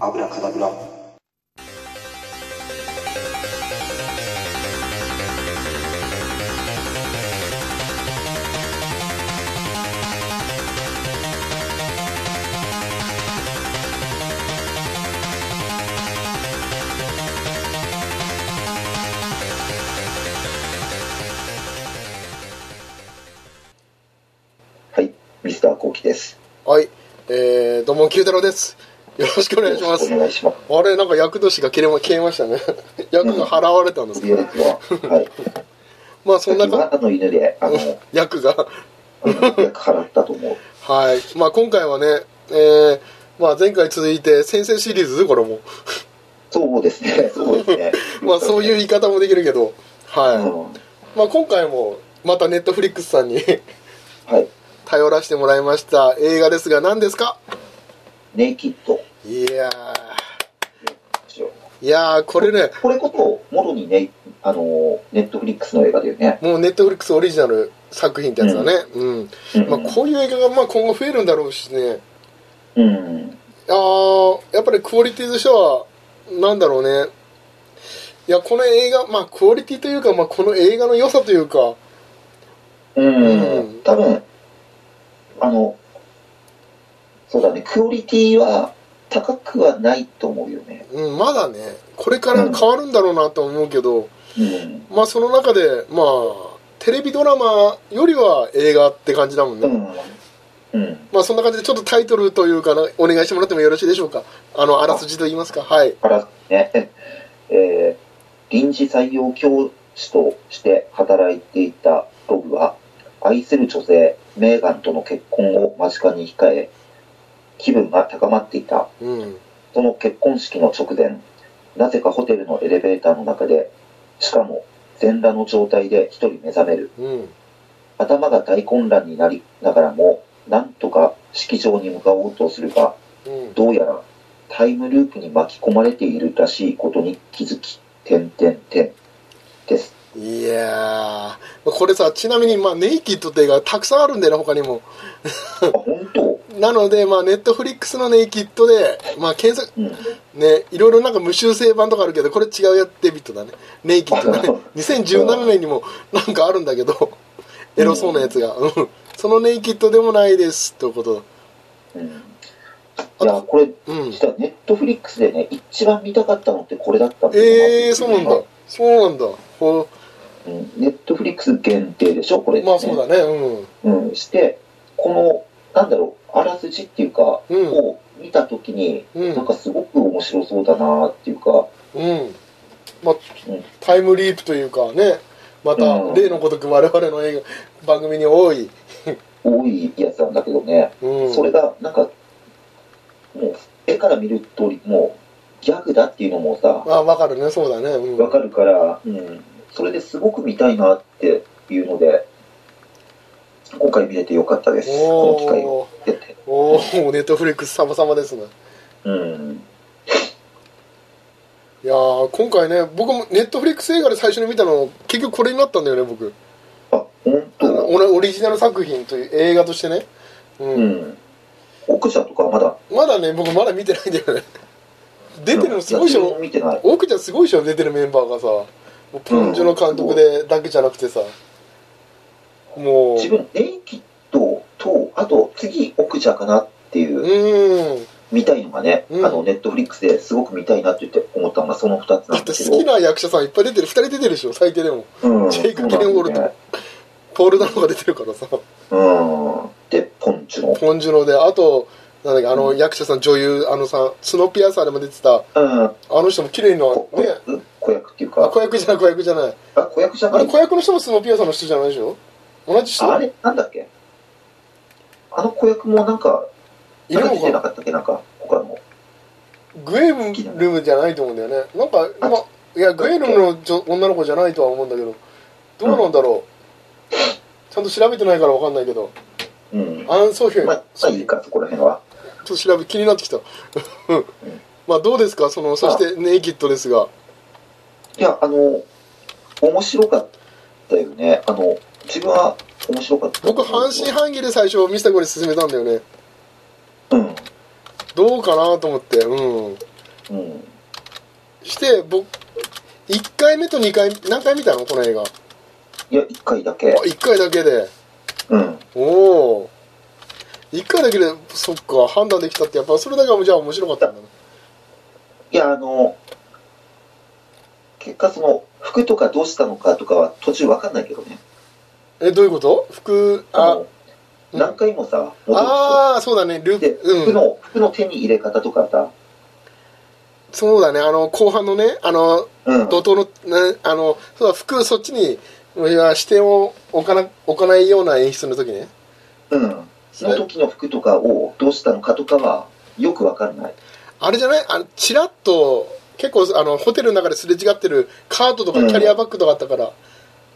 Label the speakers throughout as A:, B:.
A: アブラカダブラ
B: はい、ミスターコウキです。
C: はい、えー、どうも、九太郎です。よろしくお願いします。
B: お願いします。
C: あれ、なんか厄年が消えま消えましたね。 厄が払われたんです
B: と
C: け
B: り
C: ど、
B: あえずは、 はい。
C: まあそんな
B: 今
C: か、
B: の犬で、 あの、
C: 厄が。
B: うん役払ったと思う。
C: はい。まあ今回はね、えー、まあ前回続いて先生シリーズこれも。
B: そうです ね、そうですね。
C: まあそういう言い方もできるけど、
B: うん、
C: はまあ今回もまたネットフリックスさんに
B: はい。
C: 頼らせてもらいました映画ですが何ですか
B: ネイキッド。
C: いやー、いやーこれね、
B: これこと、もろにね、あの、ネットフリックスの映画だよね。
C: もうネットフリックスオリジナル作品ってやつだね。うん
B: うん
C: まあ、こういう映画がまあ今後増えるんだろうしね
B: うん。
C: あーやっぱりクオリティとしてはなんだろうねいやこの映画まあクオリティというか、まあ、この映画の良さというか
B: う
C: うん
B: ん。多分、あの、そうだね、クオリティは高くはないと思うよね。
C: うん、まだねこれから変わるんだろうなとは思うけど、
B: うん。
C: まあその中でまあテレビドラマよりは映画って感じだもんね、
B: うん。うん。
C: まあそんな感じでちょっとタイトルというかなお願いしてもらってもよろしいでしょうかあのあらすじと言いますかはい
B: からね、 えー臨時採用教師として働いていたロブは、愛する女性、メーガンとの結婚を間近に控え、気分が高まっていた。
C: うん
B: その結婚式の直前、なぜかホテルのエレベーターの中で、しかも全裸の状態で一人目覚める。
C: うん
B: 頭が大混乱になりながらも、なんとか式場に向かおうとするが、
C: うん
B: どうやらタイムループに巻き込まれているらしいことに気づき、点点点です。
C: いやー、これさ、ちなみに、まあ、ネイキッドって映画たくさんあるんだよな、他にも。
B: あ、本当
C: なので、まあ、ネットフリックスのネイキッドで、まあ、検索、
B: うん。
C: ね、いろいろなんか無修正版とかあるけど、これ違うやデビットだね。ネイキッドがね、2017年にもなんかあるんだけど、エロそうなやつが。うん。そのネイキッドでもないです、ということ
B: うん、いや、これ、
C: だ。うん。
B: 実はネットフリックスでね、一番見たかったのってこれだったんだ
C: えー、そうなんだ。そうなんだ。ほ
B: うんネットフリックス限定でしょ、これ、
C: うまあ、そうだね、うん。
B: うん。して、この、なんだろう、あらすじっていうか、
C: うん。
B: を見たときに、
C: うん
B: なんかすごく面白そうだなっていうか、
C: うん、まあ
B: うん、
C: タイムリープというかねまた
B: うん
C: 例のごとく我々の映画番組に多い、
B: 多いやつなんだけどね。
C: うん、
B: それがなんかもう絵から見る通りもうギャグだっていうのもさ
C: あ分かるねそうだね、うん、
B: わかるから、うん、それですごく見たいなっていうので今回見れてよかったですこの機会を
C: おー
B: 得て、
C: おーネットフリックス様々ですね
B: うん、
C: いやー今回ね僕もネットフリックス映画で最初に見たの結局これになったんだよね僕
B: あ本
C: あの
B: 当
C: オリオリジナル作品という映画としてね、うん
B: うん奥者とかまだ
C: まだね僕まだ見てないんだよね出てるのすごいでし
B: うんや自分も
C: ょ
B: 見てない
C: 奥ちゃんすごいでしょ出てるメンバーがさもうプンジュの監督でだけじゃなくてさもう
B: 自分エイキッドとあと次奥者かなっていうう
C: ーん
B: 見たいのがね、
C: うん
B: あのネットフリックスですごく見たいなって言って思ったのがその2つ
C: だ
B: な
C: っ
B: ん
C: て
B: だけ
C: 好き
B: ど
C: な役者さんいっぱい出てる2人出てるでしょ最低でも
B: うん
C: ジェイク・
B: そう
C: ギ
B: なんだ
C: レン
B: よ
C: ウォ
B: ね
C: ールとポール・ダノが出てるからさ
B: うんで、ポンチュの。
C: ポンジュノであとなんだっけあの
B: うん
C: 役者さん女優あのさスノーピアサーでも出てた
B: うん。
C: あの人も綺麗な
B: こ子
C: ね
B: 役子役っていう
C: あ
B: か、
C: 子役じゃない子役じゃない
B: あ、子役じゃ
C: あ
B: な
C: れ
B: い
C: 子役の人もスノーピアサーの人じゃないでしょ同じ
B: ああ
C: 人
B: れなんだっけあの子役もなんか、
C: い
B: な
C: る
B: んか
C: の
B: 出て
C: か
B: な
C: な
B: かったっけなんか、他の。
C: グエムルムじゃないと思うんだよねなんか
B: あ
C: 今いやグエムルムの女女の子じゃないとは思うんだけどどうなんだろうちゃんと調べてないからわかんないけど
B: うん。ま
C: アン・ソヒュン
B: あ、まあいいか、そこら辺は。
C: ちょっと調べ気になってきたうんまあどうですかそのそしてネイキッドですが
B: いや、あの、面白かったよね。あの、自分は面白かった。
C: 僕半信半疑で最初ミスタコに勧めたんだよね
B: うん。
C: どうかなと思ってうんして僕1回目と2回何回見たのこの映画あ
B: いや、一回だけ。
C: 1回だけで
B: うん。
C: おお1回だけでそっか判断できたってやっぱそれだけはじゃあ面白かったんだね
B: いや、あの、結果その、服とかどうしたのかとかは途中わかんないけどね。
C: えどういうこと服
B: あ
C: あ
B: の、何回もさ、戻
C: ああそうだねル
B: って
C: ー
B: きて。で、
C: う
B: 服
C: ん
B: の、服の手に入れ方とかさ、
C: そうだねあの後半のねあの
B: うん。
C: 怒涛のねあのそうだ服そっちにいや視点を置かな置かないような演出の時ね
B: うん。その時の服とかをどうしたのかとかは、よくわかんない。
C: あれじゃないあのチラッと結構あのホテルの中ですれ違ってるカートとか
B: うん
C: キャリアバッグとかあったから、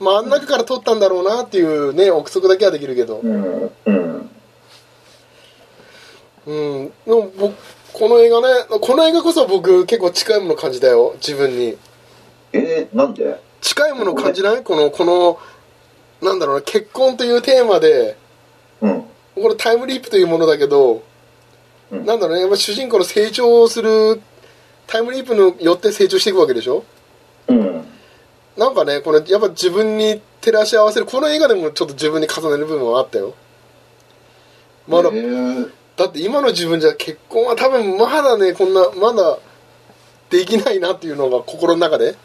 C: まあ、あん中から取ったんだろうなっていうね憶測だけはできるけど、
B: うん。うん。
C: うん、でも僕この映画ねこの映画こそ僕結構近いもの感じたよ自分に
B: えー、なんで
C: 近いもの感じないこのこのなんだろうな結婚というテーマで
B: うん。
C: これタイムリープというものだけど、
B: うん
C: なんだろうねやっぱ主人公の成長をするタイムリープによって成長していくわけでしょ
B: うん。
C: なんかねこれやっぱ自分に照らし合わせるこの映画でもちょっと自分に重ねる部分はあったよまだ、
B: えー
C: だって今の自分じゃ結婚は多分まだねこんなまだできないなっていうのが心の中で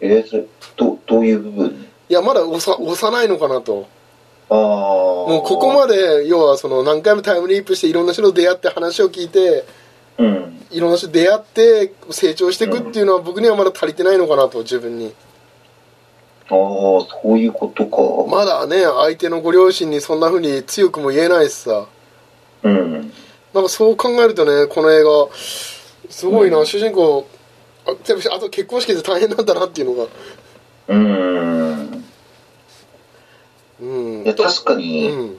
B: えー、それ、ど、どういう部分
C: いやまだおさ幼いのかなと
B: ああ。
C: も
B: も
C: うここまで要はその何回もタイムリープしていろんな人と出会って話を聞いて
B: で。うん。
C: いろんな人と出会って成長していくっていうのは僕にはまだ足りてないのかなと自分に
B: ああ、そういうことか。
C: まだね相手のご両親にそんな風に強くも言えないしさ
B: うん。
C: なんかそう考えるとねこの映画すごいな、主人公あでもあと結婚式で大変なんだなっていうのが
B: うーん。
C: うん
B: いや、確かに、い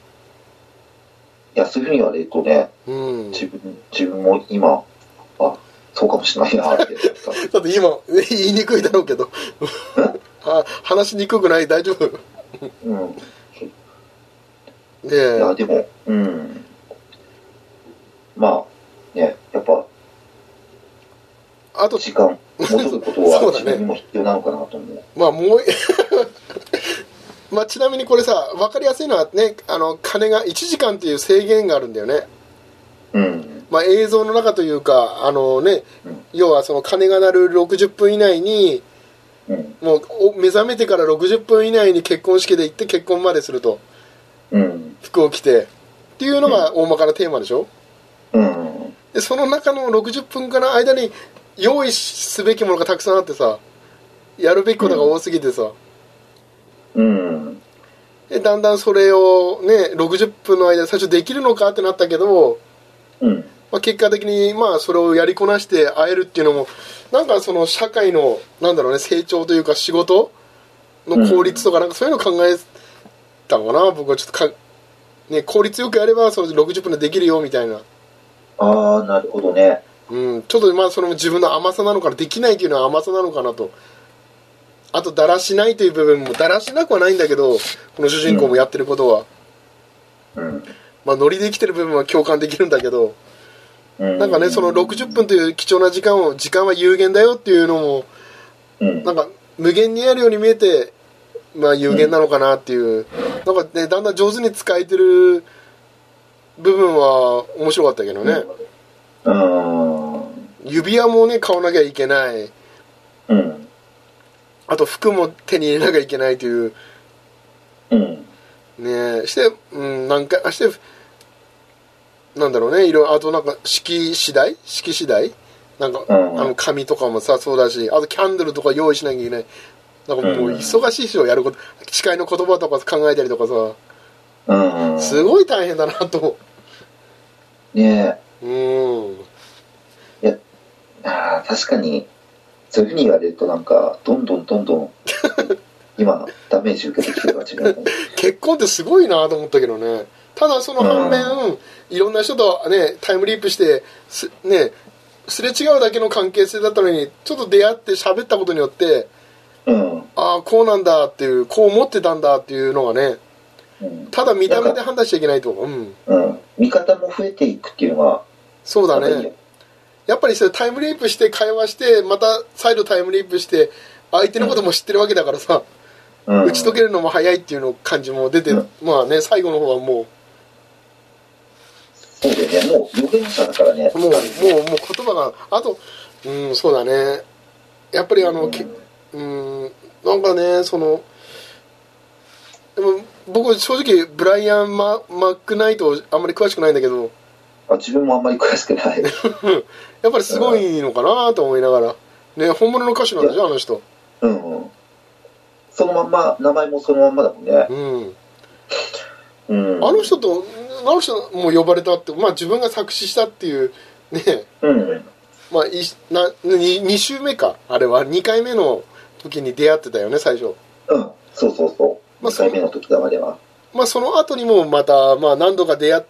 B: や、そういうふうに言われるとね、
C: うん、うん、
B: 自分、自分も今、あ、そうかもしれないなって さ。
C: だって今 ね言いにくいだろうけど あ話しにくくない大丈夫
B: うん。い
C: で
B: や、でも、うん。まあ、ね、やっぱ、
C: あと
B: 時間、戻ること
C: そ
B: は
C: うだね
B: 自分にも必要なのかなと思う。
C: まあもう まあちなみにこれさ分かりやすいのはねあの金が1時間っていう制限があるんだよね
B: うん。
C: まあ、映像の中というかあの、ね
B: うん
C: 要はその鐘が鳴る60分以内に
B: うん。
C: もうお目覚めてから60分以内に結婚式で行って結婚まですると
B: うん。
C: 服を着てっていうのが大まかなテーマでしょ
B: うん。
C: でその中の60分間の間に用意すべきものがたくさんあってさやるべきことが多すぎてさ、
B: うん。
C: でだんだんそれをね60分の間で最初できるのかってなったけど
B: うん。
C: まあ、結果的にまあそれをやりこなして会えるっていうのもなんかその社会のなんだろうね成長というか仕事の効率とかなんかそういうの考えたのかな僕はちょっとか、ね、効率よくやればその60分でできるよみたいな、
B: ああ、なるほどね。
C: うん、ちょっとまあその自分の甘さなのかなできないというのは甘さなのかなとあとだらしないという部分もだらしなくはないんだけどこの主人公もやってることは、
B: うん。
C: まあノリで生きてる部分は共感できるんだけど
B: うん。
C: なんかねその60分という貴重な時間を時間は有限だよっていうのも
B: うん
C: なんか無限にあるように見えて、まあ、有限なのかなっていう、なんかねだんだん上手に使えてる部分は面白かったけどね、
B: うん。
C: 指輪もね買わなきゃいけない
B: うん。
C: あと服も手に入れなきゃいけないという
B: うん。
C: ねして、うん、なんかあしてなんだろうねいろいろあとなんか式次第式次第なんか、
B: うん
C: あの紙とかもさそうだしあとキャンドルとか用意しなきゃいけないなんかもう忙しいしをやること誓いの言葉とか考えたりとかさ
B: うん。
C: すごい大変だなと
B: ね
C: 思ううん
B: え、ああ、確かに、そういうふうに言われるとなんか、どんどんどんど ん、今、ダメージ受けてきてる感じが違う。
C: 結婚ってすごいなと思ったけどねただその反面、いろんな人とねタイムリープしてすねすれ違うだけの関係性だったのにちょっと出会って喋ったことによって
B: うん。
C: ああこうなんだっていうこう思ってたんだっていうのがね
B: うん。
C: ただ見た目で判断しちゃいけないと思う、うん、
B: うん。味方も増えていくっていうのは、
C: そうだ
B: なんかいい
C: ね
B: よ
C: やっぱりそれタイムリープして会話してまた再度タイムリープして相手のことも知ってるわけだからさ、
B: うん
C: 打ち解けるのも早いっていうの感じも出て、
B: うん
C: まあね最後の方はも
B: そうだよね、もう予言者だからね。
C: うもうもうもう言葉があとうんそうだねやっぱりあの、けうんなんかねそのでも僕正直ブライアン・ママックナイトあんまり詳しくないんだけど
B: あ自分もあんまり詳しくない。
C: やっぱりすごいのかなと思いながらね本物の歌手なんでしょあの人
B: うんうん。そのまんま、名前もそのまんまだもんね。
C: うん
B: うん。
C: あの人とあの人も呼ばれたってまあ自分が作詞したっていうね
B: うん。
C: まあ、いしな 2, 2週目かあれは2回目の時に出会ってたよね最初
B: うん。そうそうそう。
C: まあ
B: 2回目の時だまでは。
C: まあその後にもまた、まあ、何度か出会っ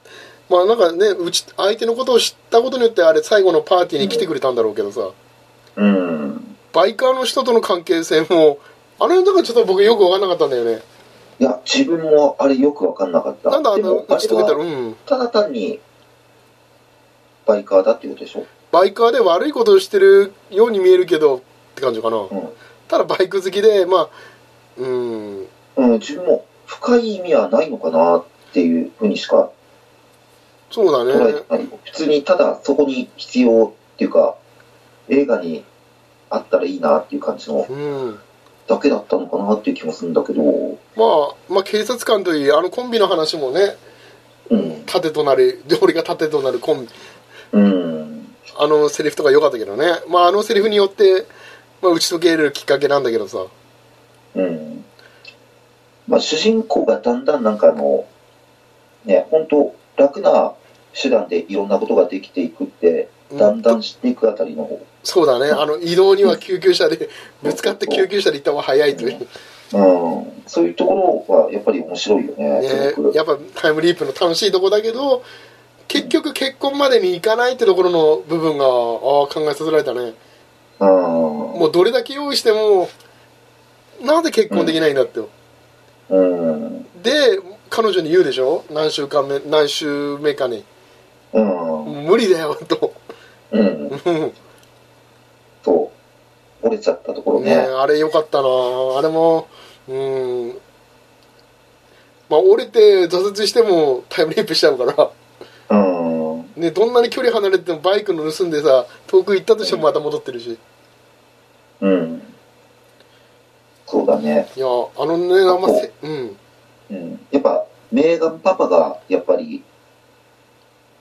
C: まあなんかねうち相手のことを知ったことによってあれ最後のパーティーに来てくれたんだろうけどさ、
B: うん。
C: バイカーの人との関係性もあれなんかちょっと僕よく分かんなかったんだよね
B: いや、自分もあれよくわかんなかった。
C: なんだあ
B: で
C: の
B: も、
C: 打
B: あ
C: ち
B: れ
C: 解けたら
B: は
C: うん
B: ただ単に、バイカーだっていうことでしょ。
C: バイカーで悪いことをしてるように見えるけどって感じかな、
B: う
C: ただバイク好きでまあうん
B: ん。うん、自分も深い意味はないのかなっていうふうにしか
C: そうだ
B: 捉え
C: ね
B: てない。普通に、ただそこに必要っていうか、映画にあったらいいなっていう感じの
C: うん
B: だけだったのかなっていう気もするんだけど、う
C: まあ、まあ警察官といいあのコンビの話もね
B: ん。
C: 盾となる俺が盾となるコンビ
B: うん。
C: あのセリフとか良かったけどねまああのセリフによって、まあ、打ち解けるきっかけなんだけどさ
B: うん。まあ、主人公がだんだんなんかあの、ね、本当楽な手段でいろんなことができていくって、だんだん知っていくあたりの方。
C: そうだねあの移動には救急車で ぶつかって救急車で行った方が早いというね
B: うん。そういうところはやっぱり面白いよね、すごく。
C: やっぱタイムリープの楽しいとこだけど結局結婚までに行かないってところの部分がああ考えさせられたね
B: うん。
C: もうどれだけ用意してもなぜ結婚できないんだって、
B: うん。
C: で彼女に言うでしょ何週間目何週目かに
B: うん。
C: もう無理だよと
B: うん。そう。折れちゃったところね。
C: ねあれよかったなあれもうんまあ折れて挫折してもタイムリープしちゃうから
B: うん。うん。
C: ねどんなに距離離れてもバイクの盗んでさ遠く行ったとしてもまた戻ってるし、い
B: そうだね。
C: やあのねあんませうん
B: うん。やっぱ、メーガンパパが、やっぱり、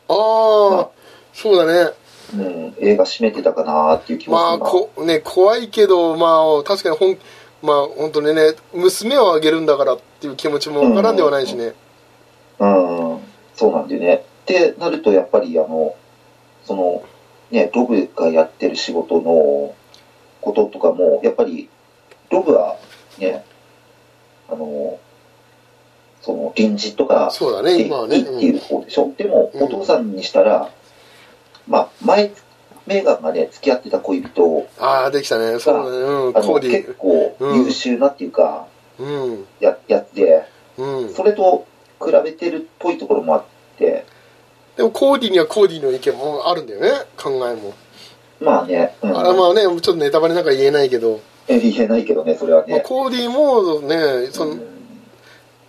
C: ああ、そうだね
B: うん、映画締めてたかなっていう気
C: ま
B: も
C: あ
B: するな。
C: こね怖いけどまあ確かに本まあ本当にね娘をあげるんだからっていう気持ちもわからんではないしね、
B: うん、そうなんだよね。ってなると、やっぱり、あの、その、ね、ロブがやってる仕事のこととかも、やっぱり、ロブは、ね、あの、その、臨時とか、
C: そうだね
B: でい
C: 今はね、
B: いっていう方でしょ。でも、
C: うん
B: お父さんにしたら、まあ、前、メーガンがね、付き合ってた恋人
C: ああできたねそうだねうん
B: あ
C: コー
B: の
C: ディ
B: 結構優秀なっていうか、
C: うん
B: ややって、
C: うん
B: それと比べてるっぽいところもあって、
C: でもコーディにはコーディの意見もあるんだよね考えも、
B: まあね、うん
C: あらまあねちょっとネタバレなんか言えないけど、
B: え言えないけどね、それは
C: まあ、
B: ね。
C: コーディもねその、
B: うん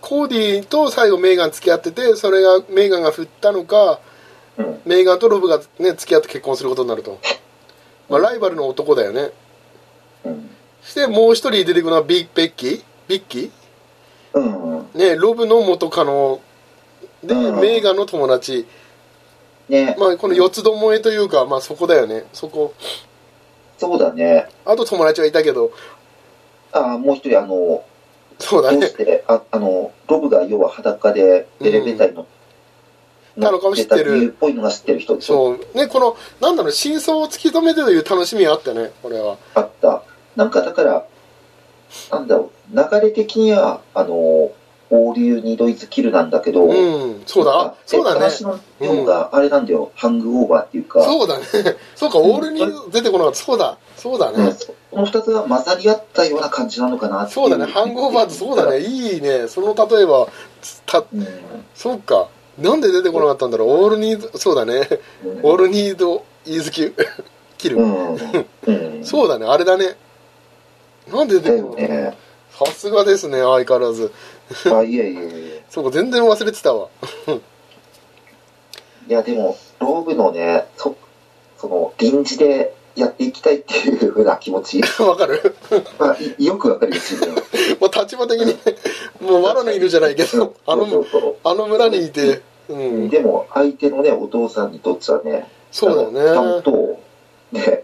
C: コーディと最後メーガン付き合っててそれがメーガンが振ったのか
B: うん
C: メーガンとロブがね付き合って結婚することになると、まあ、ライバルの男だよね
B: うん
C: そしてもう一人出てくるのはビベッキービッキ
B: うんうん
C: ーねロブの元カノで、
B: うん
C: メーガンの友達
B: ね、
C: まあこの四つどもえというかまあそこだよねそこ
B: そうだね。
C: あと友達はいたけど
B: ああ、もう一人、あの、
C: そうだ
B: どう
C: ね
B: して、ああの、ロブが要は裸でエレベーターに乗っ
C: なのかも知ってる
B: 理由っぽいのが知ってる人でしょ。
C: そうねこのなんだろう真相を突き止めてという楽しみがあったね俺は
B: あった。なんかだから、なんだろう、流れ的には、あの、オーリューニドイズキルなんだけど、
C: うんそうだあそうだね
B: 話の量があれなんだよ、ハングオーバーっていうか、
C: そうだね そうかオールに出てこなかったそうだそうだ
B: うん
C: ね
B: そこの2つが混ざり合ったような感じなのかなってい
C: そうだねハングオーバーズそうだね。いいねその例えばた
B: うん
C: そうかなんで出てこなかったんだろうオールニードそうだね
B: うん
C: オールニードイーズ級 切る、
B: うん。うん。
C: そうだねあれだねなんで出て
B: だ
C: くる
B: よ
C: の
B: ね。
C: さすがですね相変わらず
B: あ、いえいえいえ。
C: そうか全然忘れてたわ
B: いや、でも、ローブのね、そ、その、臨時でやっていきたいっていうふうな気持ち、
C: わかる
B: まあ、いよくわかるよ、自分は。
C: もう立場的にねもう藁の犬じゃないけどあ
B: そうそ
C: の
B: うそう
C: あの村にいてうん
B: でも、相手のね、お父さんにとってはね、
C: そう
B: あ
C: だ
B: の
C: よ
B: ちゃん
C: ね
B: と、ね、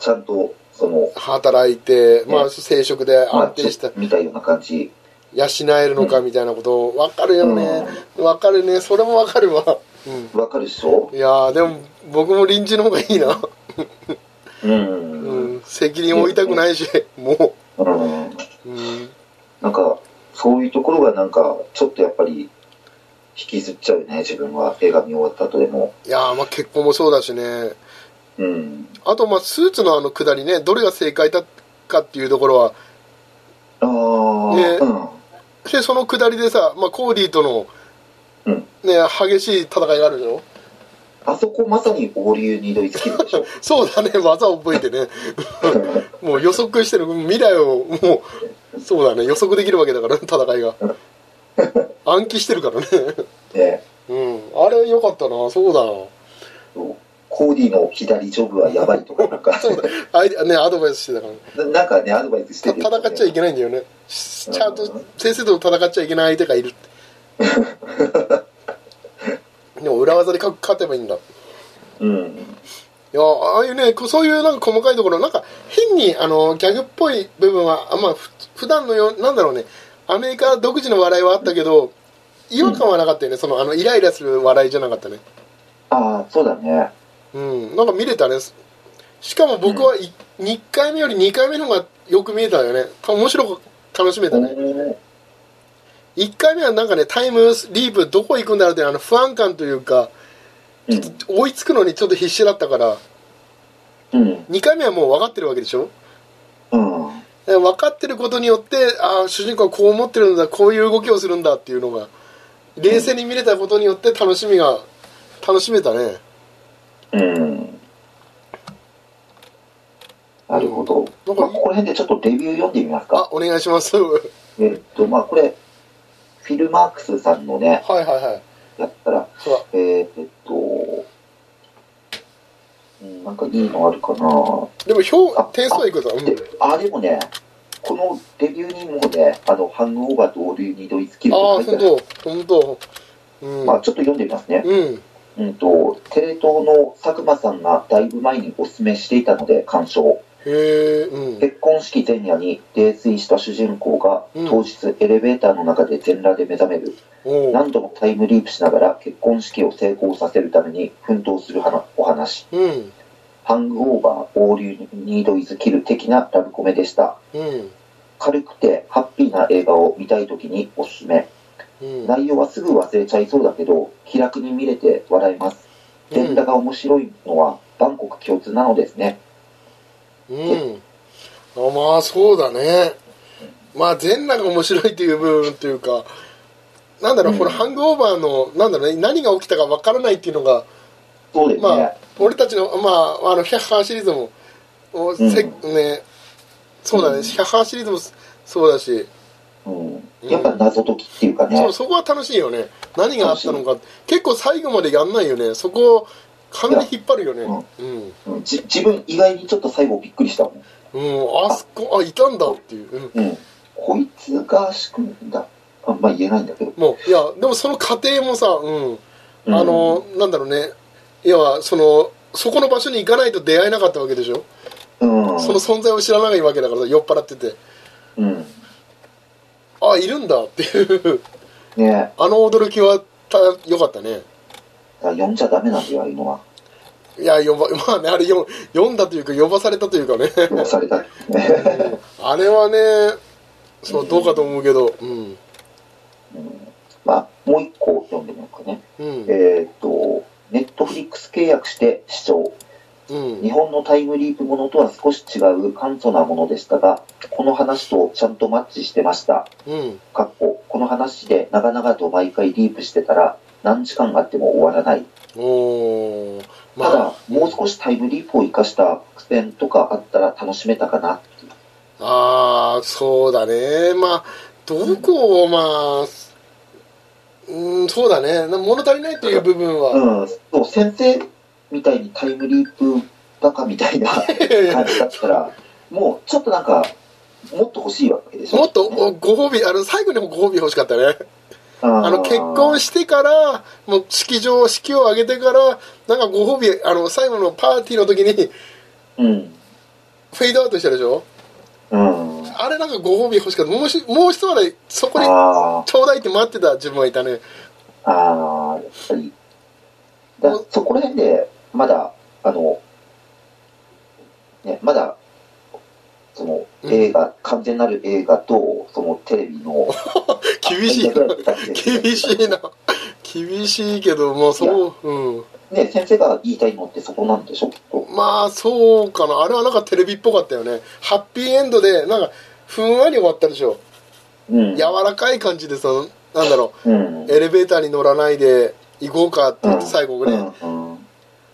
B: ちゃんと、その、
C: 働いてまあ
B: ね
C: 生殖で
B: まあ
C: 安定し
B: ちょ
C: た
B: っとみたいような感じ。
C: 養えるのかみたいなことわかるよねわかるねそれもわかるわうん
B: わかるでしょ
C: いやーでも僕も臨時の方がいいな
B: うん。
C: う。ん責任負いたくないしも
B: うん。
C: ううん
B: なんか、そういうところがなんか、ちょっとやっぱり、引きずっちゃうね、自分は。映画見終わった後でも。
C: いやーまあ結婚もそうだしね
B: うん。
C: あとまあスーツのあの下りねどれが正解だかっていうところは
B: ああ、
C: ね
B: うん。
C: でその下りでさ、まあ、コーディーとの、
B: うん
C: ね、激しい戦いがあるでしょ
B: あそこまさにオ流に挑いつきるでし ょ。
C: そうだね技を覚えてねもう予測してる未来をもうそうだね予測できるわけだから 戦いが暗記してるからね
B: ね
C: うんあれよかったなそうだな
B: そうコーディの左ジョブはやばいとか、なんか、
C: アイデねアドバイスしてたからね
B: な なんかね、アドバイスして
C: た
B: るよね、
C: 戦っちゃいけないんだよねしちゃんと先生と戦っちゃいけない相手がいる ってでも裏技で勝勝てばいいんだ
B: うん。
C: いやああいうねこうそういうなんか細かいところなんか変にあのギャグっぽい部分はあまあふ普段のようなんだろうねアメリカ独自の笑いはあったけど違和感はなかったよね、そのあのイライラする笑いじゃなかったね
B: ああ、そうだね。
C: うんなんか見れたねしかも僕は、い二1回目より2回目の方がよく見えたよね面白く楽しめたね
B: うん
C: 1回目はなんかねタイムリープどこ行くんだろうっていうあの不安感というか
B: うん。
C: 追いつくのにちょっと必死だったから
B: うん。
C: 2回目はもう分かってるわけでしょ
B: うん。
C: で分かってることによってああ主人公はこう思ってるんだこういう動きをするんだっていうのが冷静に見れたことによって楽しみが楽しめたね
B: うん。なるほど。
C: なん
B: ま
C: か
B: あ、ここら辺でちょっとレビュー読んでみます
C: あ
B: か。
C: お願いします はい
B: えっと、まあ、これ、フィルマークスさんのね、
C: はいはい
B: やったら、
C: そうだ
B: えーえっと、うんなんかいいのあるかな。
C: でも
B: あ
C: 表点数はいくぞ、うん
B: で、あ、でもね、このレビューにもね、あの、ハングオーバーとオールユニードイスキル
C: あ
B: と
C: あ
B: 書い
C: 本
B: てある。
C: 当本当うん、
B: まあ、ちょっと読んでみますね。
C: うん
B: うんと、テレ東の佐久間さんがだいぶ前にお勧めしていたので鑑賞。
C: へえうん
B: 結婚式前夜に泥酔した主人公が
C: うん
B: 当日エレベーターの中で全裸で目覚める。
C: おう
B: 何度もタイムリープしながら結婚式を成功させるために奮闘する話お話。
C: うん
B: ハングオーバー、オールユニードイズキル的なラブコメでした。
C: うん
B: 軽くてハッピーな映画を見たいときにおすすめ。
C: うん
B: 内容はすぐ忘れちゃいそうだけど、気楽に見れて笑えます。
C: うん
B: 連打が面白いのは、バンコク共通なのですね。
C: うん、あまあそうだねまあ全裸が面白いという部分というかなんだろう、
B: うん
C: このハングオーバーのなんだろうね何が起きたかわからないっていうのが
B: そうですね。
C: まあ俺たちのまああの「ヒャッハー」シリーズもおせ、
B: う
C: ねそうだね「
B: うん
C: ヒャッハー」シリーズもそうだし
B: うん、やっぱ謎解きっていうかね。
C: そうそこは楽しいよね何があったのか結構最後までやんないよねそこを勘で引っ張るよねうん、
B: うんじ自分意外にちょっと最後びっくりしたもん。
C: うん、あそこあいたんだっていう、うん、
B: うん。こいつが仕組んだ。あんまあ言えないんだけど。
C: もういやでもその過程もさうん
B: うん
C: あの、なんだろうね要はそのそこの場所に行かないと出会えなかったわけでしょ、
B: うん。
C: その存在を知らないわけだからさ酔っ払ってて
B: うん。
C: あいるんだっていう
B: ね
C: あの驚きはたよかったね
B: 読んじゃダメなんだよ、ああいうの は。
C: いや呼ば まあねあれ読読んだというか呼ばされたというかね
B: 殺された。
C: あれはねそうどうかと思うけどうん
B: まあ、もう一個読んでみようかね。
C: うん
B: えーっと、ネットフリックス契約して視聴。
C: うん
B: 日本のタイムリープものとは少し違う簡素なものでしたが、この話とちゃんとマッチしてました。
C: うん
B: かっこ、この話で長々と毎回リープしてたら、何時間あっても終わらない。
C: おーま
B: た
C: あ、
B: だ、もう少しタイムリープを生かした伏線とかあったら楽しめたかなっていう。
C: ああそうだねまあどこをまあうんそうだねな物足りないという部分は、
B: うん、そう、先生みたいにタイムリープバカみたいな
C: いやいや
B: 感じだったら、もうちょっとなんか、もっと欲しいわけでしょ。
C: もっとおご褒美あの最後にもご褒美欲しかったね
B: あ
C: あの結婚
B: し
C: してからもう式場式を挙げてからなんかご褒美あの最後のパーティーの時にフ
B: うん。
C: ェードアウトしたでしょ
B: うん。
C: あれなんかご褒美欲しかったもうしもう一割そこに
B: あ
C: ちょうだいって待ってた自分はいたね
B: あ、ああ、やっぱり。だ
C: お
B: そこら辺で、まだ、あの、ね、まだ、その
C: うん
B: 映画、完全なる映画と、そのテレビの、
C: 厳しいな厳しいな厳しいけどもうそううん
B: ね、先生が言いたいのってそこなんでしょ、きっと。
C: まあそうかなあれはなんかテレビっぽかったよねハッピーエンドでなんかふんわり終わったでしょ
B: うん。
C: 柔らかい感じでさなんだろ
B: うん。
C: うエレベーターに乗らないで行こうかって言って最後ね、
B: うんうん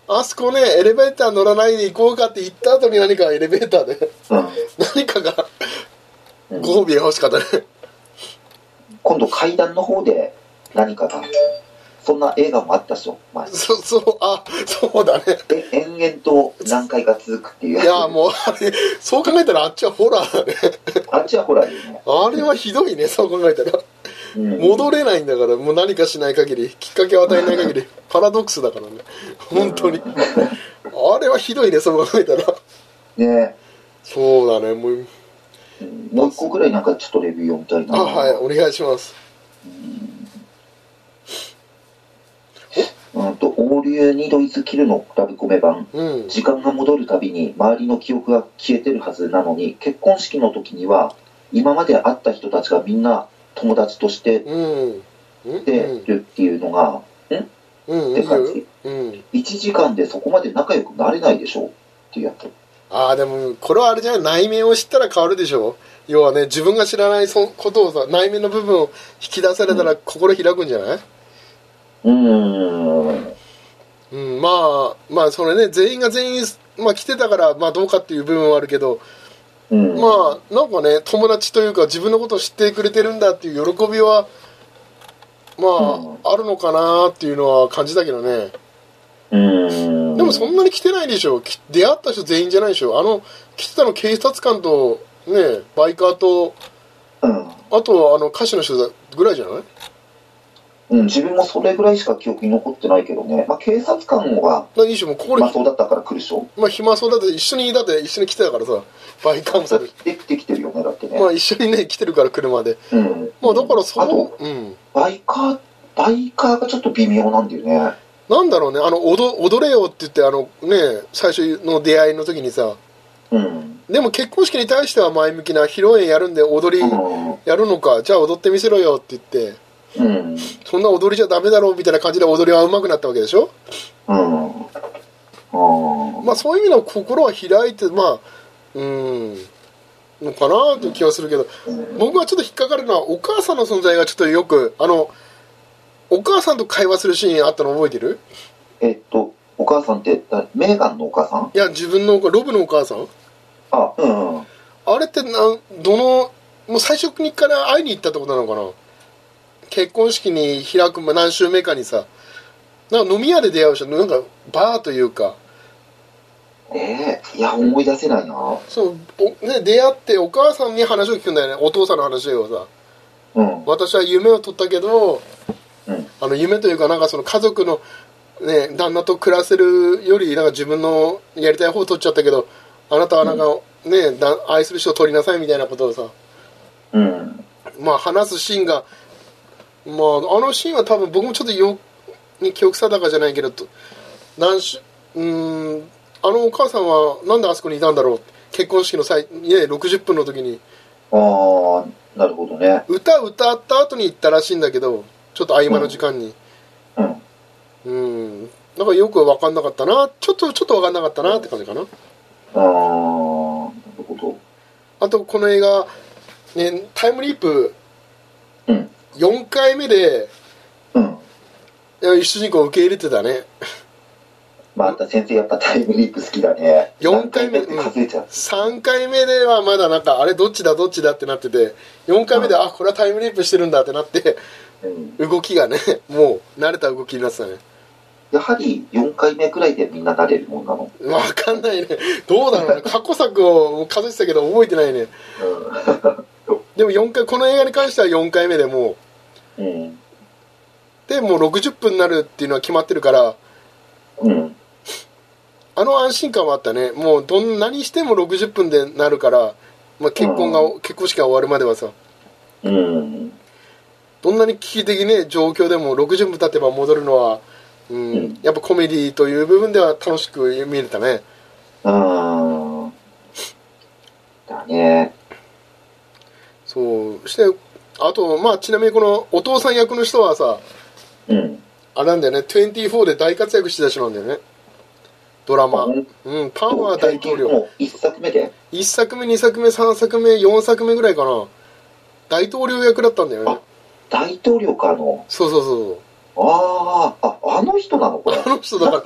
C: あそこねエレベーター乗らないで行こうかって言った後に何かエレベーターで 何かが
B: うん
C: ご褒美が欲しかったね
B: 今度階段の方で何かが、そんな映画もあったでしょ、前。
C: そそうあそうだね
B: で、延々と難解が続くっていう
C: いやもうあれそう考えたらあっちはホラーだね
B: あっちはホラーですね。
C: あれはひどいねそう考えたら
B: うん
C: 戻れないんだからもう何かしない限りきっかけを与えない限りパラドックスだからね本当にあれはひどいねそう考えたら
B: ね
C: そうだねもう
B: もう一個ぐらいなんかちょっとレビューをみたいな。
C: あはいお願いします
B: うんと、オールユーニードイズキルのラブコメ版。
C: うん
B: 時間が戻るたびに周りの記憶が消えてるはずなのに、結婚式の時には、今まで会った人たちがみんな友達として
C: うんうん
B: でるっていうのが、
C: うん
B: っ
C: う
B: て感
C: ん
B: じ。
C: うん
B: 1時間でそこまで仲良くなれないでしょっていうやつ。
C: ああでもこれはあれじゃない内面を知ったら変わるでしょ要はね自分が知らないそことをさ内面の部分を引き出されたら心開くんじゃない、
B: うーん。
C: うん、まあまあそれね全員が全員、まあ、来てたからまあどうかっていう部分はあるけど
B: うん、
C: まあなんかね友達というか自分のことを知ってくれてるんだっていう喜びはまあ、
B: うん
C: あるのかなっていうのは感じたけどね
B: うーん。
C: でもそんなに来てないでしょき出会った人全員じゃないでしょあの来てたの警察官とねバイカーと
B: うん、
C: あとあの歌手の人だぐらいじゃない
B: うん。自分もそれぐらいしか記憶に残ってないけどね。まあ警察官は、
C: 何しろもうここで、
B: まあそうだったから来るでしょ。
C: まあ、暇そうだって一緒にだって一緒に来てたからさバイカーも
B: そ
C: そうれ
B: できてきてるよね、だってね。
C: まあ一緒にね来てるから車で
B: うん。
C: まあだからそ
B: あと、
C: のうん
B: バイカー、バイカーがちょっと微妙なんだよね。
C: なんだろうねあの踊踊れよって言ってあのね最初の出会いの時にさ
B: うん。
C: でも結婚式に対しては前向きな披露宴やるんで踊り
B: うん。
C: やるのかじゃあ踊ってみせろよって言って
B: うん。
C: そんな踊りじゃダメだろうみたいな感じで踊りは上手くなったわけでしょ
B: うん。あ
C: まあそういう意味の心は開いてまあうんのかなという気はするけど僕はちょっと引っかかるのはお母さんの存在がちょっとよくあのお母さんと会話するシーンあったの覚えてる
B: えっと、お母さんって、だメーガンのお母さん
C: いや自分のロブのお母さん
B: あ、うん。
C: あれってなんどのもう最初にから会いに行ったってことなのかな結婚式に開く何週目かにさなんか飲み屋で出会う人なんかバーというか
B: ええいや、思い出せないな。
C: そうおね、出会ってお母さんに話を聞くんだよねお父さんの話をさ
B: うん。
C: 私は夢を取ったけど
B: うん。
C: あの夢というかなんかその家族の、ね、旦那と暮らせるよりなんか自分のやりたい方を取っちゃったけどあなたはなんか、ねだ愛する人を取りなさいみたいなことをさ
B: うん。
C: まあ、話すシーンが、まあ、あのシーンは多分僕もちょっとよに記憶定かじゃないけどと何しうーんあのお母さんはなんであそこにいたんだろう結婚式の際、ね、60分の時に
B: ああ、なるほどね。
C: 歌歌った後に行ったらしいんだけどちょっと合間の時間に
B: うん。
C: うんなんかよく分かんなかったなちょっとちょっと分かんなかったなって感じかな
B: ああ、なるほど。
C: あとこの映画、ね、タイムリープ
B: うん。
C: 4回目で
B: うん。
C: いや主人公を受け入れてたね
B: また先生やっぱタイムリープ好きだね。
C: 4回目
B: 何って数えちゃう。
C: 3回目ではまだなんかあれどっちだどっちだってなってて4回目で、あこれはタイムリープしてるんだってなって
B: うん。
C: 動きがねもう慣れた動きになってたね
B: やはり4回目くらいでみんな慣れるもんなの。
C: 分かんないねどうだろうね過去作を数えてたけど覚えてないねでも4回この映画に関しては4回目でもう
B: うん。
C: でもう60分になるっていうのは決まってるから
B: うん。
C: あの安心感はあったねもうどん何しても60分でなるから、まあ、結婚が、結婚式が終わるまではさ
B: うん。
C: どんなに危機的ね状況でも60分経てば戻るのは、うん
B: うん
C: やっぱコメディという部分では楽しく見れたね
B: うん。だね。
C: そうしてあとまあちなみにこのお父さん役の人はさ
B: うん。
C: あれなんだよね24で大活躍してた人なんだよねドラマ
B: あ本
C: うんパンは大統領
B: もう1作目で。
C: 1作目2作目3作目4作目ぐらいかな大統領役だったんだよね
B: あ大統領かあの。
C: そうそうそう
B: ああ、あ、あの人なのこれ
C: あ。の人だから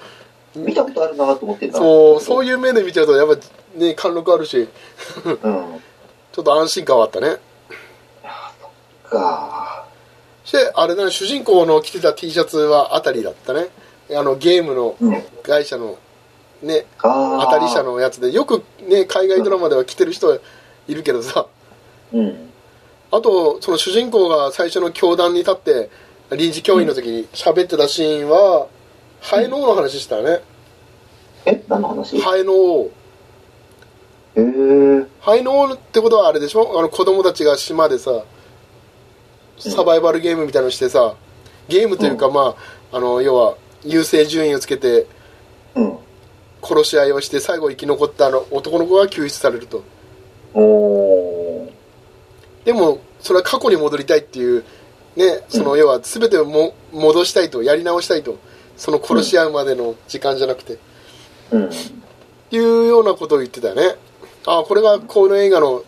B: 見たことあるなと思ってんだ。
C: そうそういう目で見ちゃうとやっぱね貫禄あるし
B: うん。
C: ちょっと安心感はあったね
B: か
C: そしてあれだね主人公の着てた T シャツはあたりだったねあのゲームの
B: うん。
C: 会社のね
B: あ
C: 当
B: あ。
C: たり社。のやつでよくね海外ドラマでは着てる人いるけどさ
B: うん。
C: あとその主人公が最初の教団に立って臨時教員の時に喋ってたシーンはハエの王の話したよね、
B: え、何の話
C: ハエの王
B: へえ。
C: ハエの王ってことはあれでしょあの子供たちが島でさサバイバルゲームみたいなのしてさゲームというか、まああの要は優勢順位をつけて
B: うん。
C: 殺し合いをして最後生き残ったあの男の子が救出されると
B: おー。
C: でもそれは過去に戻りたいっていうねその要は全てをも戻したいとやり直したいとその殺し合うまでの時間じゃなくて、
B: うん。
C: いうようなことを言ってたよねああこれがこの映画の、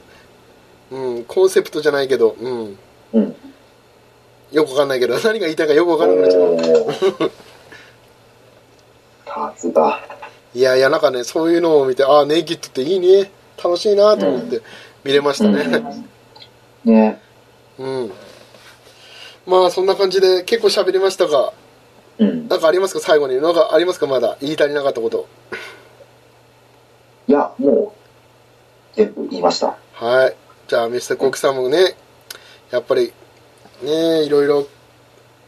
C: うん、コンセプトじゃないけど、うん、
B: うん。
C: よくわかんないけど 何が言いたいかよくわ
B: お
C: からなくなっちゃう
B: ー。さすが。
C: いやいやなんかねそういうのを見てああネイキッドっていいね楽しいなと思って見れましたね
B: うん。ね。
C: うん、まあそんな感じで結構喋りましたが
B: うん。
C: なんかありますか最後になんかありますかまだ言い足りなかったこと
B: いや、もう、全部言いました。
C: はいじゃあミスターコークさんもねやっぱりねいろいろ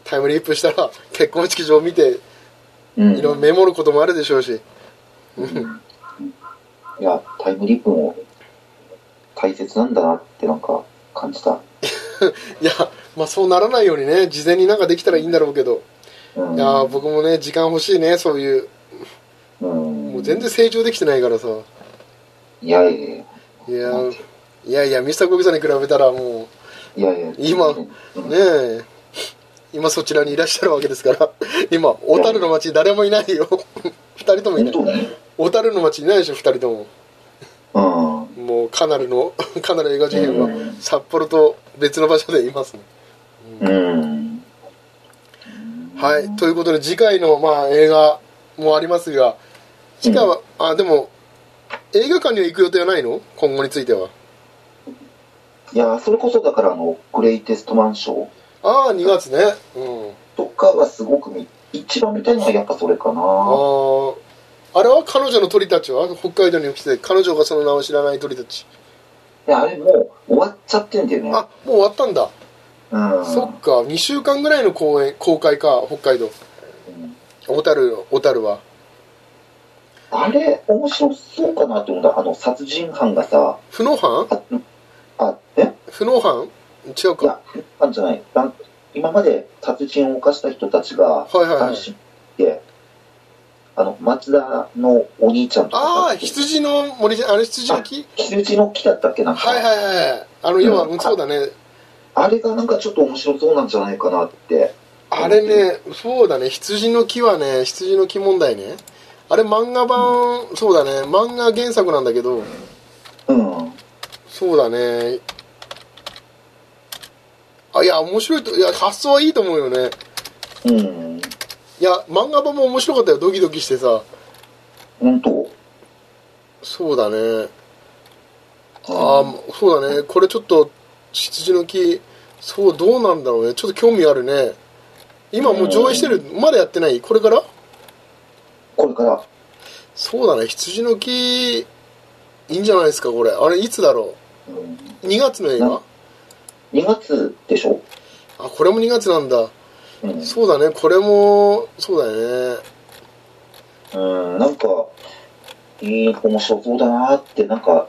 C: タイムリープしたら結婚式場を見て
B: うん。
C: いろいろメモることもあるでしょうし
B: いや、タイムリープも大切なんだなってなんか感じた。
C: いやまあそうならないようにね事前になんかできたらいいんだろうけど
B: うん。
C: いやー僕もね時間欲しいねそういう
B: うん。
C: もう全然成長できてないからさ
B: いやいやいや
C: いやーいやいやミスターコークさんに比べたらも
B: いやいや。
C: 今
B: うん
C: うねえ今そちらにいらっしゃるわけですから今小樽の町誰もいないよ二人ともいな
B: 本
C: い
B: 当に
C: 小樽の町いないでしょ二人とも
B: うん。
C: もうカナルのカナル映画事変
B: う
C: は
B: ん
C: 札幌と別の場所でいますね
B: うん。
C: はいということで次回のまあ映画もありますが次回は、あでも映画館には行く予定はないの今後についてはい
B: や、それこそだからあの、グレイテストマンション
C: ああ2月ねうん
B: とかはすごく見、一番見たいのはやっぱそれか
C: あ
B: な。
C: ーあれは彼女の鳥たちは北海道に来て彼女がその名を知らない鳥たち
B: いや、あれもう終わっちゃってんだよね。
C: あもう終わったんだ、
B: うん。
C: そっか2週間ぐらいの公演公開か北海道
B: うん
C: 小樽小樽は
B: あれ、面白そうかなって思った。あの、殺人犯がさ、
C: 不能犯
B: あ、あ、え
C: 不能犯違う
B: いや
C: か、
B: なんじゃない。なん今まで殺人を犯した人たちが、
C: はいはいはい
B: 安心して、あの、松田のお兄ちゃんとか
C: あ
B: さ
C: あ、羊の森じゃあれ羊の木
B: 羊の木だったっけなんか、
C: はいはいはいあの要は、
B: うん
C: うんそうだね
B: あれがなんかちょっと面白そうなんじゃないかなって。
C: あれねそうだね羊の木はね羊の木問題ねあれ漫画版、そうだね漫画原作なんだけど
B: うん。
C: そうだねあいや面白いといや発想はいいと思うよね
B: うん。
C: いや漫画版も面白かったよドキドキしてさ
B: 本当
C: そうだねああそうだねこれちょっと羊の木そうどうなんだろうねちょっと興味あるね今もう上映してるまだやってないこれから
B: これから
C: そうだね羊の木いいんじゃないですかこれあれいつだろ
B: うん
C: う2月の映
B: な
C: 画
B: 2月でしょ、
C: あこれも2月なんだ
B: うん、
C: そうだねこれもそうだよね
B: うん、なんか、いい面白そうだなって、なんか、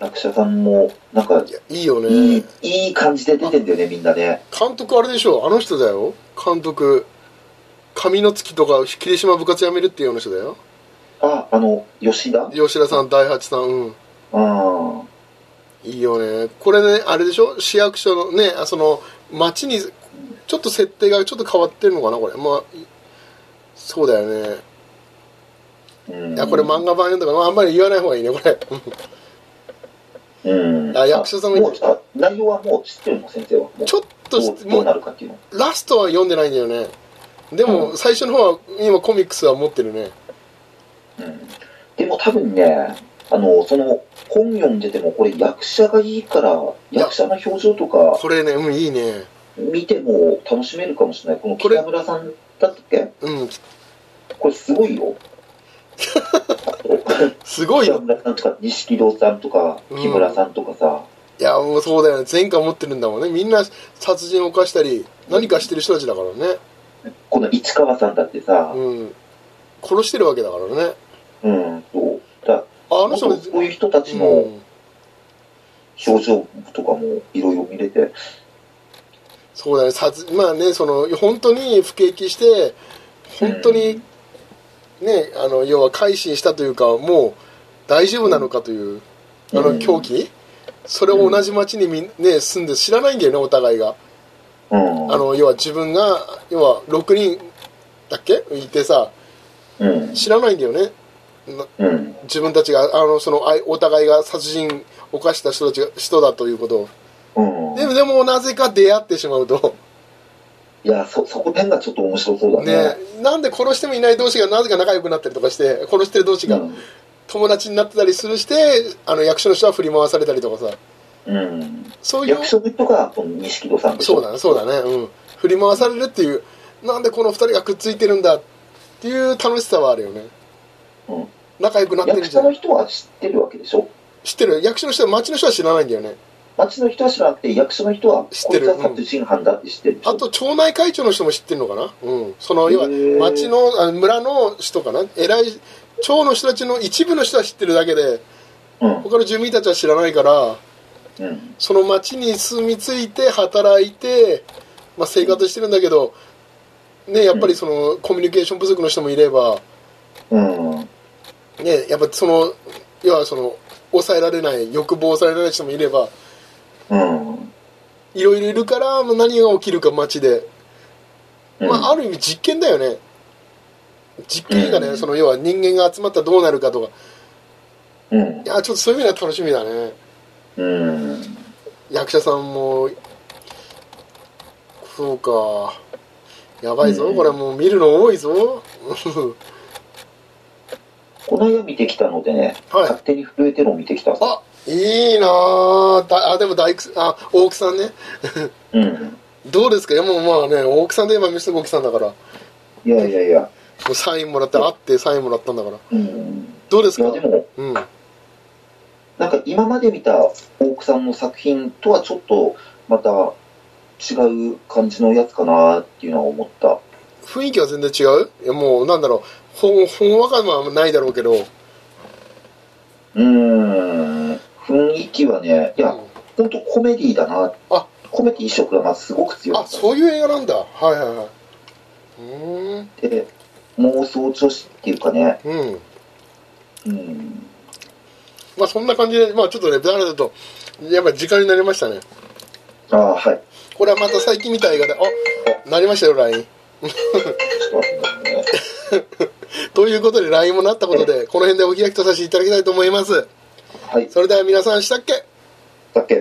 B: 役者さんも、なんか、
C: いやいいよ
B: いい
C: ね、
B: いい感じで出てんだよね、みんなね。
C: 監督あれでしょあの人だよ監督上の月とか霧島部活やめるっていうような人だよ
B: あ、あの、吉田
C: 吉田さん大八さんうん
B: うん。
C: いいよねこれねあれでしょ市役所のねあその町にちょっと設定がちょっと変わってるのかなこれまあいそうだよね
B: うん。
C: いやこれ漫画版読んだから、まあ、あんまり言わない方がいいねこれ
B: うん。
C: あ役者さんが
B: もうあ内容はもう知ってるの、先生は。もう
C: ちょっと
B: どうど
C: も
B: うな
C: う
B: るかっていうの。
C: ラストは読んでないんだよねでも最初の方は今コミックスは持ってるね
B: うん。でも多分ね、あの、その、本読んでても、これ役者がいいから、
C: や
B: 役者の表情とか
C: これねうんいいね
B: 見ても楽しめるかもしれない。この
C: これ
B: 北村さんだったっけ
C: うん
B: これすごい よ。
C: すごい
B: 北
C: よ
B: 村さんとか錦戸さんとか
C: うん
B: 木村さんとかさ、
C: いやもうそうだよね前科持ってるんだもんねみんな殺人を犯したり何かしてる人たちだからね
B: この市川さんだってさ、
C: うん殺してるわけだからね
B: うん、そうだ
C: ああ
B: もっ
C: の人
B: と
C: も
B: そういう人たち
C: う
B: の
C: ん、
B: 表情とかもいろいろ見れて、
C: そうだね殺まあねその本当に服役して本当にね、あの要は改心したというかもう大丈夫なのかという、あ
B: う
C: の
B: ん
C: 狂気、それを同じ町にみん、ね、住んで知らないんだよねお互いが、
B: うん、
C: あの要は自分が要は6人だっけいてさ
B: うん、
C: 知らないんだよねな
B: うん、
C: 自分たちがあのそのあいお互いが殺人を犯した人たちが人だということを
B: うん、
C: でもでもなぜか出会ってしまうと
B: いや、そ、そこ点がちょっと面白そうだ
C: ね
B: ね。
C: なんで殺してもいない同士がなぜか仲良くなったりとかして殺してる同士
B: う
C: が
B: ん
C: 友達になってたりするしてあの役所の人は振り回されたりとかさ
B: うん、
C: そういう
B: 役所の人がこの錦戸さんでしょ
C: そうだねそうだねうん振り回されるっていうなんでこの二人がくっついてるんだっていう楽しさはあるよね
B: うん
C: 仲良くなってる
B: 役
C: んじゃ
B: 所の
C: ない
B: 人は知ってるわけでしょ
C: 知ってる役所の人は町の人は知らないんだよね
B: 町の人は知らなくて、役所の人は、
C: 知ってる
B: こいつは殺人犯だって知ってるでしょ
C: あと町内会長の人も知ってるのかな、うん、その要は
B: へー
C: 町のあ村の人かな偉い町の人たちの一部の人は知ってるだけで
B: うん、
C: 他の住民たちは知らないから
B: うん、
C: その町に住み着いて働いて、まあ、生活してるんだけど、ね、やっぱりそのコミュニケーション不足の人もいれば、
B: うん、
C: ね、やっぱその要はその抑えられない欲望を抑えられない人もいれば
B: うん。
C: いろいろいるからまあ何が起きるか街で、
B: うん
C: まあ、ある意味実験だよね実験がね、
B: うん
C: その要は人間が集まったらどうなるかとか
B: うん
C: い。やちょっとそういう意味では楽しみだね
B: うん。
C: 役者さんもそうかやばいぞ、
B: うん
C: これもう見るの多いぞ
B: この間見てきたのでね、
C: はい
B: 勝手に震えてるのを見てきたんです
C: あいいなあだあでも大工あ大木さんね
B: うん。
C: どうですかいやもうまあね大木さんで今見せて大木さんだからも
B: いやいやいや。
C: うサインもらって会ってサインもらったんだから
B: うん。
C: どうです
B: い
C: か
B: や、でも、
C: うん
B: なんか今まで見た大奥さんの作品とはちょっと、また違う感じのやつかなっていうのは思った。
C: 雰囲気は全然違ういやもうなんだろうほんほんわかはないだろうけど
B: うーん。雰囲気はね、いや、
C: うん
B: ほんとコメディだな。
C: あ
B: コメディ色がまずすごく強か
C: あ
B: った。
C: そういう映画なんだはいはいはいうーん
B: で、妄想女子っていうかね、
C: うん
B: うん。
C: まあそんな感じでまあちょっとねだらだらとやっぱり時間になりましたね
B: ああ、はい。
C: これはまた最近見た映画であなりましたよ LINE
B: ちょっと待ってくださいね。
C: ということで LINE もなったことでこの辺でお開きとさせていただきたいと思います
B: はい。
C: それでは皆さんしたっけ
B: だっけ